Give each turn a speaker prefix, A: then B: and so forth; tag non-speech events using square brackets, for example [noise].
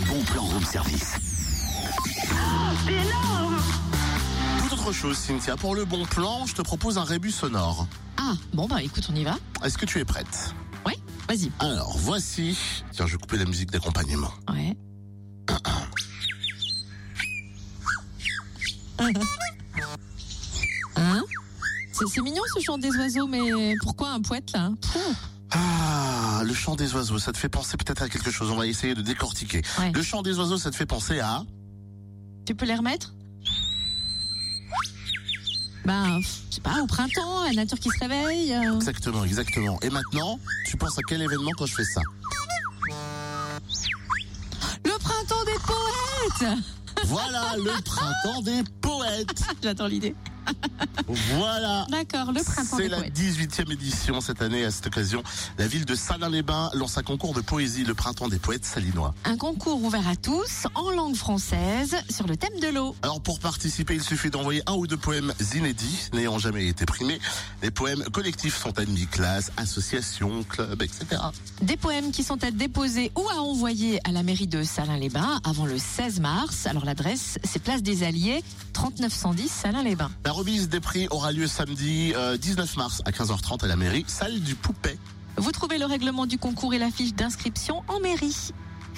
A: comme service.
B: Oh, C'est énorme
A: Tout autre chose, Cynthia. Pour le bon plan, je te propose un rébus sonore.
C: Ah, bon bah écoute, on y va.
A: Est-ce que tu es prête
C: Ouais, vas-y.
A: Alors, voici. Tiens, je vais couper la musique d'accompagnement.
C: Ouais. [coughs] Hein C'est- C'est mignon ce chant des oiseaux, mais pourquoi un poète là Pouh.
A: Ah, le chant des oiseaux, ça te fait penser peut-être à quelque chose. On va essayer de décortiquer.
C: Ouais.
A: Le chant des oiseaux, ça te fait penser à.
C: Tu peux les remettre Bah, pff, je sais pas, au printemps, la nature qui se réveille. euh.
A: Exactement, exactement. Et maintenant, tu penses à quel événement quand je fais ça
C: Le printemps des poètes
A: Voilà le printemps des
B: [laughs]
A: poètes.
C: J'attends Ah, l'idée.
A: Voilà.
C: D'accord, le printemps
A: C'est
C: des
A: la
C: poètes.
A: 18e édition cette année. À cette occasion, la ville de Salins-les-Bains lance un concours de poésie, le printemps des poètes salinois.
C: Un concours ouvert à tous en langue française sur le thème de l'eau.
A: Alors pour participer, il suffit d'envoyer un ou deux poèmes inédits, n'ayant jamais été primés. Les poèmes collectifs sont admis, classe, association, club, etc.
C: Des poèmes qui sont à déposer ou à envoyer à la mairie de Salins-les-Bains avant le 16 mars. Alors l'adresse, c'est Place des Alliés, 3910 Salins-les-Bains.
A: La remise des prix aura lieu samedi euh, 19 mars à 15h30 à la mairie, salle du Poupet.
C: Vous trouvez le règlement du concours et la fiche d'inscription en mairie.